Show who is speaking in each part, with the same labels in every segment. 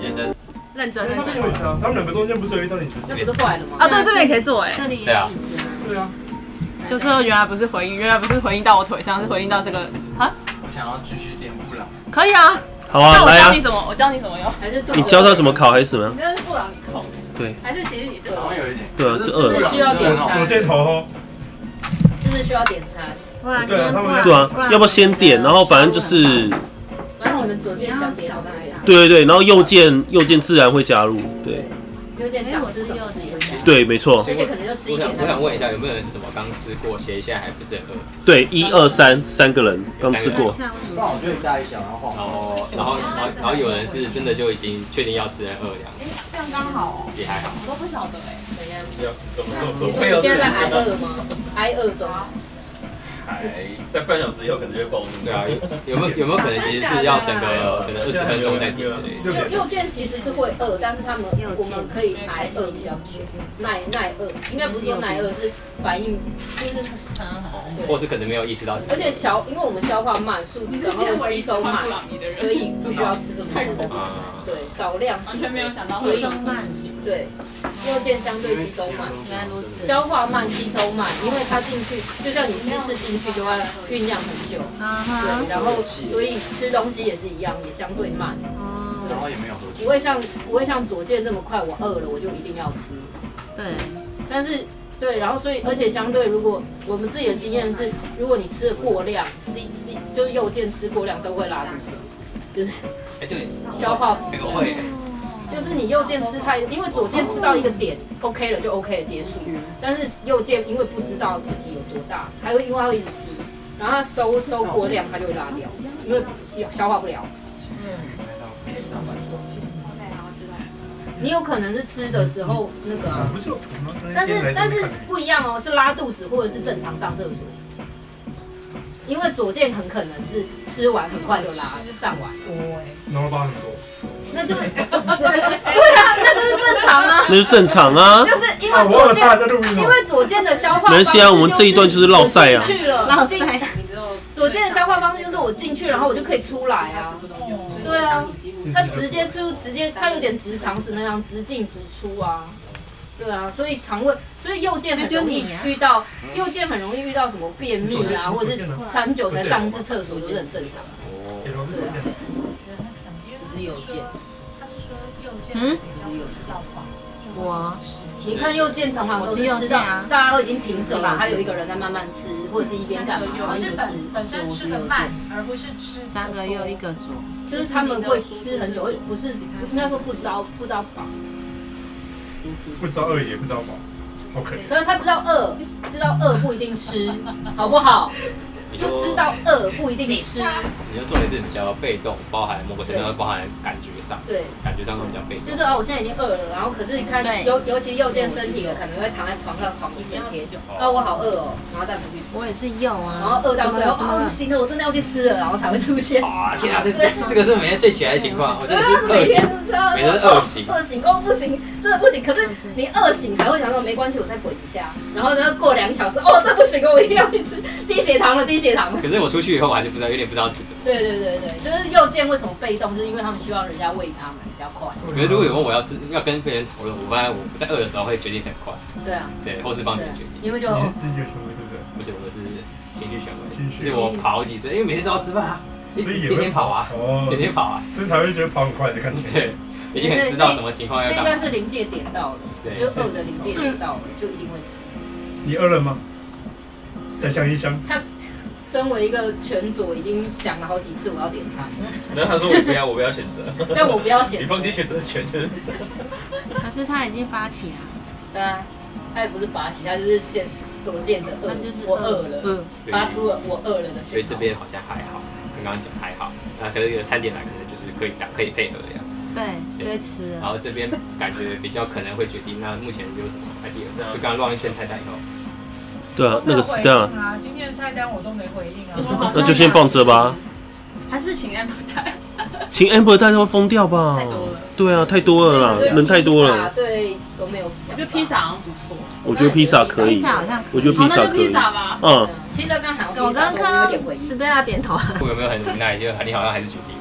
Speaker 1: 认真。
Speaker 2: 认真
Speaker 3: 因为
Speaker 2: 认
Speaker 3: 他们
Speaker 2: 真。
Speaker 3: 有椅子啊，他们两个中间不是有一张椅子？
Speaker 4: 那不是坏了吗？
Speaker 2: 啊，对，这边也可以坐哎、
Speaker 5: 这里也
Speaker 1: 对啊
Speaker 5: 有椅子啊，
Speaker 3: 对啊，
Speaker 2: 就是原来不是回应，原来不是回应到我腿上，是回应到这个啊，
Speaker 1: 我想要继续点布朗，
Speaker 2: 可以啊。
Speaker 6: 好
Speaker 2: 那
Speaker 6: 啊，
Speaker 2: 我
Speaker 6: 来
Speaker 2: 教
Speaker 6: 啊
Speaker 2: 你，什么？我教你什么哟。
Speaker 4: 还是
Speaker 6: 你教他怎么？烤黑什么？
Speaker 4: 你那是布朗口，
Speaker 6: 对，
Speaker 4: 还是其实你是
Speaker 1: 好像有一点。
Speaker 6: 对啊，是饿
Speaker 4: 是
Speaker 6: 了，
Speaker 4: 需要点餐
Speaker 3: 左箭头哦，
Speaker 4: 就是需要点餐。
Speaker 5: 不然今
Speaker 3: 对啊
Speaker 5: 天
Speaker 3: 他
Speaker 5: 不
Speaker 3: 们
Speaker 5: 然
Speaker 6: 对啊，要不要先点，然后反正就是，
Speaker 4: 反正你们左键小点什么也好，
Speaker 6: 对对对，然后右键右键自然会加入，对
Speaker 4: 右键
Speaker 5: 哎，
Speaker 4: 想
Speaker 5: 我
Speaker 4: 吃
Speaker 5: 是
Speaker 4: 什么
Speaker 5: 右
Speaker 4: 自己
Speaker 5: 姐
Speaker 4: 会加，
Speaker 6: 对，没错，
Speaker 4: 而且可能就吃一
Speaker 1: 我想
Speaker 4: 点。
Speaker 1: 我想问一下，有没有人是什么刚吃过，其实现在还不是很饿，
Speaker 6: 对，一二三三个人刚吃
Speaker 5: 看一
Speaker 6: 过，
Speaker 5: 下为什
Speaker 7: 不然
Speaker 5: 么
Speaker 7: 我就一大一小，然后晃
Speaker 1: 然后然后然后然后有人是真的就已经确定要吃很饿这样，
Speaker 4: 这样刚好哦，
Speaker 1: 也还好。
Speaker 4: 我都不晓得哎，怎样？
Speaker 8: 要吃怎么做？总
Speaker 4: 你
Speaker 8: 会
Speaker 4: 是
Speaker 8: 有
Speaker 4: 现
Speaker 8: 吃
Speaker 4: 在挨
Speaker 8: 的，
Speaker 4: 饿吗？挨饿中，
Speaker 8: 还在半小时以后可能就会爆怒。
Speaker 1: 对啊，有有没 有有没有可能其实是要等个可能二十分钟再点之类的？
Speaker 3: 右
Speaker 4: 右
Speaker 3: 边。
Speaker 4: 右键其实是会饿，但是他们
Speaker 5: 右
Speaker 4: 我
Speaker 5: 键
Speaker 4: 们可以挨饿比较久，耐耐饿，应呃该不是说耐饿，是反应就是
Speaker 1: 或是可能没有意识到自己
Speaker 4: 而且消，因为我们消化慢，速度然后吸收慢，所以不需要吃这么多。
Speaker 1: 啊，
Speaker 4: 对，少量吸收，完全没有想到
Speaker 5: 吸收慢，
Speaker 4: 对，右键相对吸收慢，
Speaker 5: 原来如此。
Speaker 4: 消化慢，吸收慢，因为它进去就像你芝士进去就要酝酿很久，
Speaker 5: 嗯
Speaker 4: 对，
Speaker 5: 哼，
Speaker 4: 然后所以吃东西也是一样，也相对慢，
Speaker 5: 哦，
Speaker 7: 然后也没有喝酒
Speaker 4: 不。会像不会像左键这么快，我饿了我就一定要吃，
Speaker 5: 对，
Speaker 4: 但是。对，然后所以，而且相对，如果我们自己的经验是，如果你吃的过量，C C 就是右键吃过量都会拉肚子，就是
Speaker 1: 哎对，
Speaker 4: 消化
Speaker 1: 那个哎会，
Speaker 4: 就是你右键吃太，因为左键吃到一个点 OK 了就 OK 了结束，但是右键因为不知道自己有多大，还会因为它会一直吸，然后它收收过量它就会拉掉，因为消消化不了。你有可能是吃的时候那个啊、
Speaker 3: 不是有图吗？
Speaker 4: 但
Speaker 3: 嗯
Speaker 4: 是但是不一样哦，是拉肚子或者是正常上厕所，因为左键很可能是吃完很快就拉上完，
Speaker 3: 然后八很多，
Speaker 4: 那就 对啊，那就是正常啊，
Speaker 6: 那就正常啊。
Speaker 4: 就是因
Speaker 3: 啊，
Speaker 4: 为
Speaker 3: 我
Speaker 4: 左
Speaker 3: 有
Speaker 4: 键
Speaker 3: 大在录音
Speaker 4: 因
Speaker 3: 哦。
Speaker 4: 为左键的消化
Speaker 6: 没关
Speaker 4: 方式
Speaker 6: 系啊我们这一段就是绕赛啊
Speaker 4: 我进去了，
Speaker 5: 老
Speaker 4: 我
Speaker 5: 塞
Speaker 4: 进，左键的消化方式就是我进去，然后我就可以出来啊。对啊，它直接出，直接它有点直肠子那样，直进直出啊。对啊，所以肠胃，所以右键很容易
Speaker 5: 那就你啊
Speaker 4: 遇到，右键很容易遇到什么便秘啊，或者是三九才上一次厕所，都是很正常。
Speaker 3: 也容易出现
Speaker 5: 只是右键，
Speaker 2: 嗯，
Speaker 5: 我
Speaker 4: 你看右键通常都是
Speaker 5: 我是
Speaker 4: 吃
Speaker 5: 右
Speaker 4: 到
Speaker 5: 键啊
Speaker 4: 大家都已经停手了，还有一个人在慢慢吃，或者是一边干嘛，然后一边吃。
Speaker 9: 本身吃的慢，而不是吃
Speaker 5: 三个右一个左，
Speaker 4: 就是他们会吃很久，会不是应该说不知道不知道饱，
Speaker 3: 不知道饿也不知道饱，好可怜。
Speaker 4: 可是他知道饿，知道饿不一定吃，好不好？
Speaker 1: 你
Speaker 4: 就
Speaker 1: 就
Speaker 4: 知道饿不一定吃，
Speaker 1: 你就做一次比较被动，包含某个程度上包含感觉上，
Speaker 4: 对，
Speaker 1: 感觉上会比较被动。
Speaker 4: 就是啊，我现在已经饿了，然后可是你看，
Speaker 5: 对
Speaker 4: 尤尤其右键身体的，可能会躺在床上躺一整天，啊，我好饿哦，然后再不去吃，
Speaker 5: 我也是右
Speaker 4: 然后
Speaker 5: 啊。
Speaker 4: 饿到最后
Speaker 5: 怎么了
Speaker 4: 啊，不行了，我真的要去吃了，然后才会出现。
Speaker 1: 啊天啊，这是这个是每天睡起来的情况，我真的是恶
Speaker 4: 天
Speaker 1: 心。
Speaker 4: 都要
Speaker 1: 每天都饿醒
Speaker 4: 饿醒哦不行，真的不行。可是你饿醒还会想说没关系，我再滚一下，然后呢过两个小时，哦这不行哦，我一定要去吃低血糖了，低血糖了。
Speaker 1: 可是我出去以后，我还是不知道，有点不知道吃什么。
Speaker 4: 对对对对，就是右键为什么被动，就是因为他们希望人家喂他们比较快。
Speaker 1: 可是如果有问我要吃，要跟别人讨论，我发现我在饿的时候会决定很快，
Speaker 4: 对啊，
Speaker 1: 对，或是帮
Speaker 4: 对
Speaker 1: 别
Speaker 4: 啊
Speaker 1: 人决定，，
Speaker 4: 因为就
Speaker 3: 你是自己的行为对不对？
Speaker 1: 不是我是情绪权威，
Speaker 3: 情绪
Speaker 1: 就是我跑好几次，因为每天都要吃饭啊，一
Speaker 3: 所以也
Speaker 1: 天
Speaker 3: 会
Speaker 1: 天跑啊，天
Speaker 3: 哦，
Speaker 1: 天跑啊，
Speaker 3: 所以才会觉得跑很快的感觉。
Speaker 1: 对，已经很知道什么情况要
Speaker 4: 那
Speaker 1: 干
Speaker 4: 应
Speaker 1: 嘛
Speaker 4: 该。是临界点到了，
Speaker 1: 对
Speaker 4: 就饿的临界点到了，就一定会吃。
Speaker 3: 你饿了吗？再想一想，
Speaker 4: 他身为一个全左，已经讲了好几次我要点餐，
Speaker 8: 然后他说我不要，我不要选择，
Speaker 4: 但我不要写。
Speaker 8: 你放弃选择权就是
Speaker 5: 可是他已经发起了，
Speaker 4: 对啊，他也不是发起，他就是先所见的饿，
Speaker 5: 他就是
Speaker 4: 我饿了，
Speaker 5: 嗯，
Speaker 1: 对
Speaker 4: 发出了我饿了的
Speaker 1: 所以
Speaker 4: 讯
Speaker 1: 这
Speaker 4: 号。
Speaker 1: 边好像还好，刚刚讲还好，那可是有餐点来，可能就是可以打可以配合这样。
Speaker 5: 对，就啊会吃
Speaker 1: 然
Speaker 5: 了。
Speaker 1: 后这边感觉比较可能会决定，那目前有什么 idea？就刚刚乱一圈菜单以后，
Speaker 6: 对啊，那个是这样，
Speaker 9: 啊，今天的菜单我都没回应啊。
Speaker 6: 那就先放着吧。
Speaker 9: 还是请 M 带。
Speaker 6: 请 amber 大家会疯掉吧？对啊，太多了啦，人太多了。，
Speaker 4: 对都没有想法。
Speaker 9: 我觉得披萨好像不错。
Speaker 6: 我觉得披萨可
Speaker 5: 披
Speaker 6: 以，
Speaker 5: 萨好像可以，
Speaker 6: 我觉得披萨可以。
Speaker 9: 吧。
Speaker 6: 嗯，
Speaker 4: 其实刚刚好像
Speaker 5: 我
Speaker 4: 披萨
Speaker 5: 刚刚
Speaker 4: 的时候我有
Speaker 5: 看
Speaker 4: 点回
Speaker 5: 到
Speaker 4: 忆，
Speaker 5: 是对他点头了。啊
Speaker 1: 我有没有很无奈？就是你好像还是决定，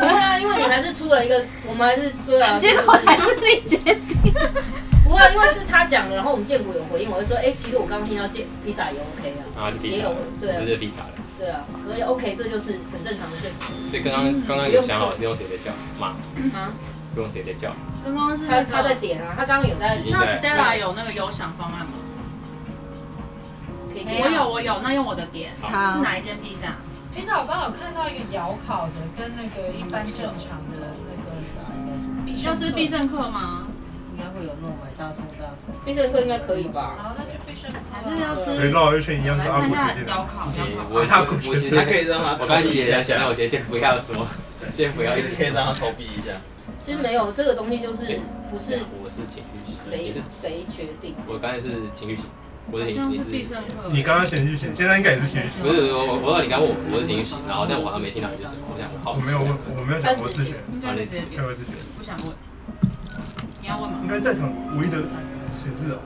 Speaker 4: 对啊，因为你还是是出了一个，我们还是对啊，
Speaker 5: 结果还是你决 定。
Speaker 4: 不会，因为是他讲的，然后我们建国有回应，我就说，哎、其实我刚刚听到建 Lisa 也 OK 啊，
Speaker 1: 啊，就披
Speaker 4: 也
Speaker 1: 萨
Speaker 4: 有
Speaker 1: 了，
Speaker 4: 对啊
Speaker 1: 这就是披萨了。
Speaker 4: 对啊，所以 OK，这就是很正常的建国
Speaker 1: 所以刚刚
Speaker 4: 嗯
Speaker 1: 刚刚有想好是用谁的叫吗？
Speaker 4: 啊。
Speaker 1: 用谁的叫？
Speaker 9: 刚刚
Speaker 5: 嗯
Speaker 9: 是
Speaker 4: 他
Speaker 9: 那
Speaker 4: 他
Speaker 9: 个，
Speaker 4: 在点啊，他刚刚有在
Speaker 1: 已经
Speaker 9: 那
Speaker 1: 在
Speaker 9: Stella 有那个有享方案吗？
Speaker 4: 可以
Speaker 5: 没
Speaker 4: 点
Speaker 5: 有
Speaker 9: 我
Speaker 4: 啊
Speaker 9: 有，我有。那用我的点
Speaker 5: 好
Speaker 9: 是，哪一间披萨？
Speaker 7: 平常我刚好看到一个窑烤的，跟那个一般正常的那个什么必胜
Speaker 9: 要吃
Speaker 7: 客
Speaker 9: 必，胜客吗？
Speaker 5: 应该会有那种味道，送到。
Speaker 4: 必胜客应该可以吧？
Speaker 7: 好，那就必胜客啊。
Speaker 9: 还是要
Speaker 3: 对，
Speaker 9: 吃？
Speaker 3: 绕一圈一样
Speaker 9: 来
Speaker 3: 是阿
Speaker 9: 看
Speaker 3: 古
Speaker 9: 一下
Speaker 3: 决定的。
Speaker 9: 窑烤，
Speaker 1: 诶
Speaker 9: 窑
Speaker 1: 我
Speaker 9: 烤。
Speaker 3: 啊
Speaker 1: 我我其实
Speaker 8: 他可以让他
Speaker 1: 我刚才
Speaker 8: 投币
Speaker 1: 其实也在
Speaker 8: 一
Speaker 1: 想，
Speaker 8: 下
Speaker 1: 那，我觉得先不 要说，先不要一直
Speaker 8: 可以让他投币一下。
Speaker 4: 其实没有，这个东西就是不是
Speaker 1: 我是情绪型，
Speaker 4: 谁
Speaker 1: 你是
Speaker 4: 谁决定
Speaker 1: 我刚才是情绪型，我是
Speaker 9: 好
Speaker 1: 情
Speaker 9: 像
Speaker 1: 绪
Speaker 9: 是
Speaker 1: 型，
Speaker 9: 必胜客。
Speaker 3: 你刚刚情绪型，现在应该也是情绪型。
Speaker 1: 不是我我我知道你刚问我我是情绪型，然后但我好像没听到你是什么，我想我好
Speaker 3: 我
Speaker 1: 奇
Speaker 3: 没有问，我没有讲过自选，
Speaker 9: 应该是直接点
Speaker 3: 没，有自选，
Speaker 9: 不想问。你要问吗
Speaker 3: 应？该在场唯一的显示哦，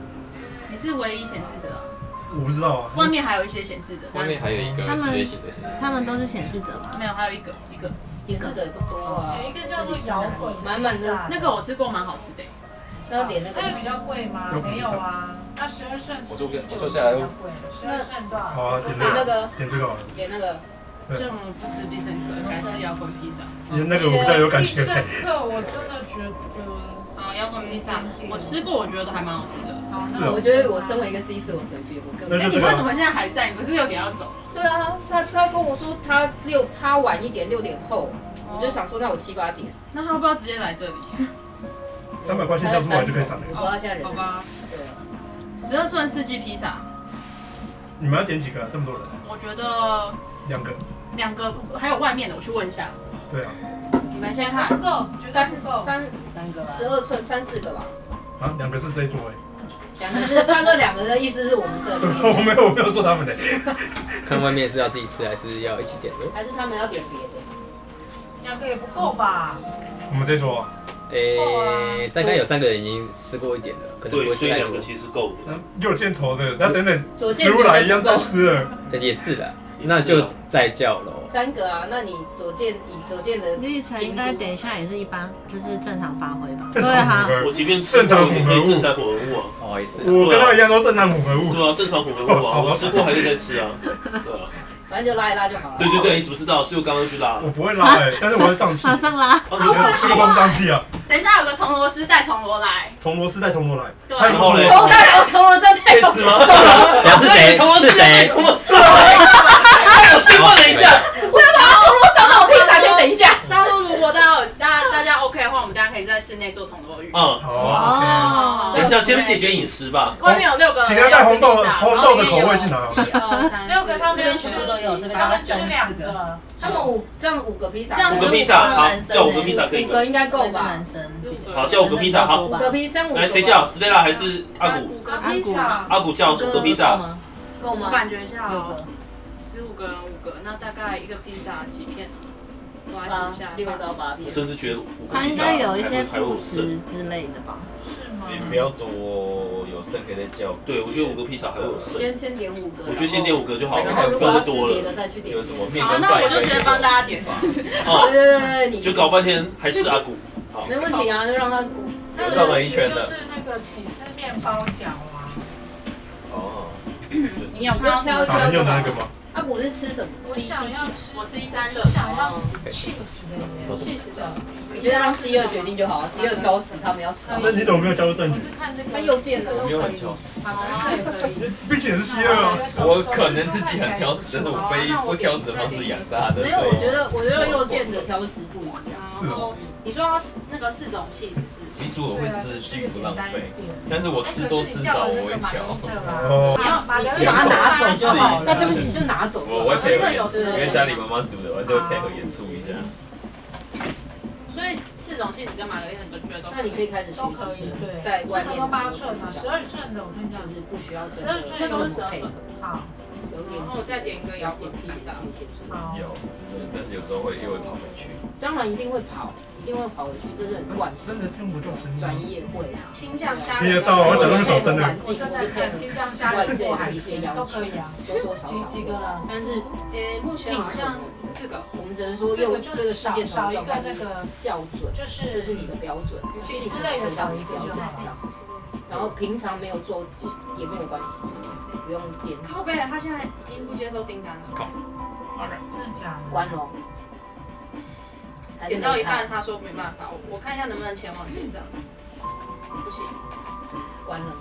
Speaker 9: 你是唯一显示者啊，
Speaker 3: 我不知道啊。
Speaker 4: 嗯
Speaker 9: 外面还有一些显示者，
Speaker 1: 外面还有一个
Speaker 5: 他
Speaker 1: 直
Speaker 5: 们
Speaker 1: 觉型的，
Speaker 5: 他们都是显示者吧？
Speaker 9: 没有，还有一个一个
Speaker 4: 点歌的也不多啊，
Speaker 7: 有一个叫做摇滚披萨，
Speaker 4: 满满的
Speaker 9: 那个我吃过，蛮好吃的。
Speaker 4: 要点那个
Speaker 5: 哎
Speaker 7: 它有比较贵吗？没有啊，那十二顺
Speaker 1: 我坐不下我坐下来
Speaker 7: 比较贵，十二顺多
Speaker 3: 好
Speaker 7: 少？
Speaker 3: 啊，点
Speaker 4: 点那
Speaker 3: 这个，
Speaker 4: 个
Speaker 3: 点这个好了。
Speaker 4: 点那个，
Speaker 9: 所以我们不吃必胜客，改吃摇滚披萨。
Speaker 3: 哦你那个我比较有感
Speaker 7: 必
Speaker 3: 觉
Speaker 7: 胜。客我真的觉得，
Speaker 9: 啊，摇滚披萨，
Speaker 4: 嗯
Speaker 9: 我吃过，我觉得还蛮好吃的。
Speaker 7: 好，
Speaker 3: 是哦
Speaker 10: 啊
Speaker 7: 那
Speaker 4: 我觉得我身为一个 C 四，我随便我根
Speaker 3: 那
Speaker 9: 哎，
Speaker 4: 本
Speaker 3: 就
Speaker 9: 你
Speaker 3: 这
Speaker 9: 为什
Speaker 3: 个，
Speaker 9: 么现在还在？你不是六点要走？
Speaker 4: 对啊，他他跟我说他六他晚一点六点后，我就想说那我七八点，
Speaker 9: 那他要不要直接来这里？
Speaker 3: 三百块钱交出来就可以赏了。
Speaker 4: 我不知道现在人
Speaker 9: 好吧，
Speaker 4: 对啊
Speaker 9: 十二寸四季披萨，
Speaker 3: 你们要点几个啊？这么多人，
Speaker 9: 我觉得
Speaker 3: 两个。
Speaker 9: 两个，还有外面的，我去问一下。
Speaker 3: 对啊，
Speaker 9: 你们先
Speaker 7: 不
Speaker 9: 看，
Speaker 7: 够，绝对不够。
Speaker 4: 三
Speaker 5: 三个吧。
Speaker 4: 十二寸三四个吧，
Speaker 3: 啊，两个是这一桌哎。
Speaker 4: 两个是他说两个的意思是我们这里
Speaker 3: 我
Speaker 4: 面，
Speaker 3: 没有，我没有说他们的。
Speaker 1: 看外面是要自己吃还是要一起点的？
Speaker 4: 还是他们要点别的？
Speaker 7: 两个也不够吧？
Speaker 3: 我们这一桌，
Speaker 1: 诶、大概有三个人已经吃过一点了，可能不
Speaker 10: 对，
Speaker 1: 会
Speaker 10: 所
Speaker 1: 吃
Speaker 10: 以
Speaker 1: 太
Speaker 10: 两
Speaker 1: 多
Speaker 10: 个。其实够的。
Speaker 3: 嗯右箭头的，那等等
Speaker 4: 左键
Speaker 3: 食物来一样
Speaker 4: 头
Speaker 3: 再
Speaker 4: 的
Speaker 3: 吃了。
Speaker 1: 也是的，
Speaker 10: 也是啊
Speaker 1: 那就再叫喽。
Speaker 4: 三个啊，那你左键以左键的
Speaker 5: 绿城应该等一下也是一般，就是正常发挥吧。
Speaker 3: 正常
Speaker 5: 对哈，
Speaker 3: 混合
Speaker 10: 我
Speaker 3: 物，
Speaker 10: 即便吃过，也可以正常混合物啊。
Speaker 1: 不好意思啊，
Speaker 3: 我跟他一样都正常混合物。
Speaker 10: 对啊，正常混合物啊，我吃过还是在吃 啊。对啊，
Speaker 4: 反正就拉一拉就好了。
Speaker 10: 对对对，你怎么知道？所以我刚刚去拉。
Speaker 3: 我不会拉哎，但是我会胀气。
Speaker 5: 马上啦。
Speaker 10: 哦，
Speaker 3: 我
Speaker 10: 你
Speaker 3: 吃过都是胀气啊。
Speaker 9: 等一下有个铜锣师带铜锣来，
Speaker 3: 铜锣丝带铜锣来，
Speaker 9: 对
Speaker 3: 还有铜
Speaker 10: 然
Speaker 3: 锣
Speaker 10: 后
Speaker 4: 我带哦我从我这
Speaker 10: 可
Speaker 4: 带
Speaker 10: 以吃吗？
Speaker 1: 谁啊是
Speaker 10: 哎
Speaker 1: 谁？
Speaker 10: 啊
Speaker 1: 是谁？
Speaker 10: 我上哎我先问了一下，
Speaker 4: 我要把铜锣烧到我披萨，先等一下。
Speaker 9: 大家都如果大家有大家大家 OK 的话，我们大家可以在室内做铜锣鱼。
Speaker 10: 嗯，
Speaker 3: 哦，
Speaker 10: 等一下先解决饮食吧。
Speaker 9: 外面有六个，
Speaker 3: 请他带红豆红豆的口味进来哦。
Speaker 9: 一二三，
Speaker 7: 六个他们
Speaker 5: 这边全部都有这边大
Speaker 7: 他
Speaker 5: 概
Speaker 7: 们吃两个，
Speaker 4: 他们五这样五个披萨，
Speaker 9: 这样
Speaker 10: 五
Speaker 9: 子
Speaker 10: 个披萨，好，叫五个披萨可以
Speaker 4: 五个
Speaker 10: 吗？
Speaker 4: 应该够
Speaker 5: 是
Speaker 4: 吧？
Speaker 5: 男生。
Speaker 9: 十五个
Speaker 10: 好，叫五个披萨，好，
Speaker 4: 五个披萨，五个
Speaker 10: 来谁叫？Stella 还是阿古？
Speaker 9: 五
Speaker 7: 五
Speaker 9: 个
Speaker 7: 个披萨，
Speaker 10: 阿古叫五个披萨，
Speaker 5: 吗？
Speaker 4: 够
Speaker 9: 我
Speaker 4: 吗？
Speaker 9: 感觉一下
Speaker 5: 六
Speaker 9: 哦
Speaker 5: 个，。
Speaker 9: 十五个人五个，那大概一个披萨几片？我来数
Speaker 4: 八
Speaker 9: 一下，
Speaker 4: 六到八片
Speaker 10: 我，甚至觉得五个
Speaker 5: 他
Speaker 10: 披
Speaker 5: 应
Speaker 10: 萨
Speaker 5: 该有一些
Speaker 10: 还会
Speaker 5: 副
Speaker 10: 有剩。
Speaker 5: 食之类的吧？
Speaker 7: 是吗？
Speaker 8: 比较多，有剩可以再叫。
Speaker 10: 对，我觉得五个披萨还会有剩。
Speaker 4: 先先点五个。
Speaker 10: 我觉得先点五个就好了，
Speaker 4: 然
Speaker 10: 还
Speaker 4: 后
Speaker 10: 有
Speaker 4: 如
Speaker 10: 分
Speaker 4: 果要
Speaker 10: 的
Speaker 4: 吃
Speaker 10: 多
Speaker 4: 别
Speaker 10: 了。
Speaker 4: 的再去点
Speaker 8: 有。什么面
Speaker 9: 好，
Speaker 8: 跟
Speaker 9: 那我
Speaker 8: 饭
Speaker 9: 就直接帮大家点，是不是？
Speaker 4: 对
Speaker 10: 哦，
Speaker 4: 对对，你
Speaker 10: 就搞半天还是阿古。好，
Speaker 4: 没问题啊，就让他
Speaker 7: 那
Speaker 8: 绕了一圈
Speaker 7: 就
Speaker 8: 的
Speaker 7: 是那个起司面包条啊，
Speaker 10: 哦，
Speaker 9: 你有看到什么
Speaker 3: 打人用的那个吗？
Speaker 4: 阿古是吃什么？
Speaker 7: 我
Speaker 4: 吃一季
Speaker 7: 想要吃，
Speaker 9: 我是一三
Speaker 7: 我
Speaker 9: 的，
Speaker 7: 想要 cheese 的耶，
Speaker 9: 去死的。
Speaker 4: 你就让 C 二决定就好了，C 二挑食他们要吃。
Speaker 3: 那你怎么没有加入战
Speaker 7: 我
Speaker 3: 局？
Speaker 7: 是看这个，
Speaker 4: 他右键的
Speaker 7: 这个都可以
Speaker 1: 没有很挑
Speaker 7: 好，这个可以。
Speaker 3: 毕竟也是西二啊。
Speaker 8: 我可能自己很挑食，但是我被不挑食的方式养大的。
Speaker 4: 没有，我觉得我觉得右键的挑食啊不一样。
Speaker 9: 然后你说要那个四种气势是不是？
Speaker 8: 你煮我会
Speaker 7: 啊
Speaker 8: 吃，巨不浪费。
Speaker 7: 哎。
Speaker 8: 但是我吃多吃少我会挑。
Speaker 3: 哦
Speaker 7: 你要把
Speaker 4: 就把它拿走就好了。
Speaker 8: 那对
Speaker 4: 不起，就拿走。
Speaker 8: 我我会配合演出，
Speaker 4: 对
Speaker 8: 因为家里妈妈煮的，我还是会配合演出一下。
Speaker 9: 所以四种气势跟玛格丽特，你们觉得都
Speaker 4: 那你可以开始学
Speaker 7: 都
Speaker 4: 习
Speaker 7: 可以，对，
Speaker 4: 在外
Speaker 7: 这
Speaker 4: 面
Speaker 7: 个都八寸的，十二寸的我跟你讲
Speaker 4: 就，是不需要真
Speaker 7: 十二
Speaker 4: 的
Speaker 7: 寸
Speaker 9: 那个
Speaker 7: 有
Speaker 9: 是十二寸，
Speaker 7: 好，
Speaker 4: 有点
Speaker 9: 然后我哦再点一个摇滚披萨。
Speaker 4: 自己写出来。
Speaker 7: 好，
Speaker 8: 有，就是但是有时候会又会跑回去。
Speaker 4: 当然一定会跑，一定定会跑回去，真的很惯性。
Speaker 3: 真的听不到声
Speaker 4: 转
Speaker 3: 音。
Speaker 4: 移也会，啊
Speaker 9: 青酱虾
Speaker 3: 听得到啊，我讲那么小声的
Speaker 4: 环，境
Speaker 7: 我
Speaker 4: 我
Speaker 7: 真
Speaker 4: 就
Speaker 7: 的
Speaker 4: 可
Speaker 7: 很
Speaker 4: 以
Speaker 7: 清江虾
Speaker 4: 外
Speaker 7: 仁
Speaker 4: 界
Speaker 7: 或海
Speaker 4: 一些
Speaker 7: 鲜
Speaker 4: 要
Speaker 7: 都
Speaker 4: 求
Speaker 7: 可以啊。
Speaker 4: 多多少
Speaker 7: 几
Speaker 4: 少
Speaker 7: 几个
Speaker 4: 的。
Speaker 7: 了？
Speaker 4: 但是
Speaker 9: 呃，目前好像四个，
Speaker 4: 我们只能说
Speaker 7: 四
Speaker 4: 又
Speaker 7: 个
Speaker 4: 这个
Speaker 7: 就
Speaker 4: 世
Speaker 7: 少
Speaker 4: 界
Speaker 7: 少
Speaker 4: 上
Speaker 7: 一个那个
Speaker 4: 校准，
Speaker 7: 就是
Speaker 4: 这是你的标准，
Speaker 7: 其实类的少一个
Speaker 4: 标
Speaker 7: 就
Speaker 4: 准
Speaker 7: 好
Speaker 4: 上
Speaker 7: 了。，
Speaker 4: 然后平常没有做也没有关系，不用坚持
Speaker 9: 靠背他现在已经不接受订单了，
Speaker 1: 大概
Speaker 7: 真的假的？
Speaker 4: 关了。还是
Speaker 9: 点
Speaker 4: 没
Speaker 9: 到一
Speaker 4: 看
Speaker 9: 半他说没办法，我我看一下能不能前往结账，不行，
Speaker 4: 关了，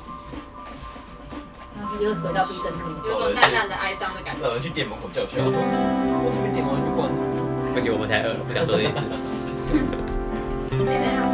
Speaker 7: 那就
Speaker 4: 又回到必胜客。
Speaker 9: 有种淡淡的哀伤的感觉。
Speaker 8: 让人去电门口叫嚣，我还没点完就关。
Speaker 1: 不行，我们太饿了，不想做这件事。
Speaker 9: 哎等一下
Speaker 1: 好，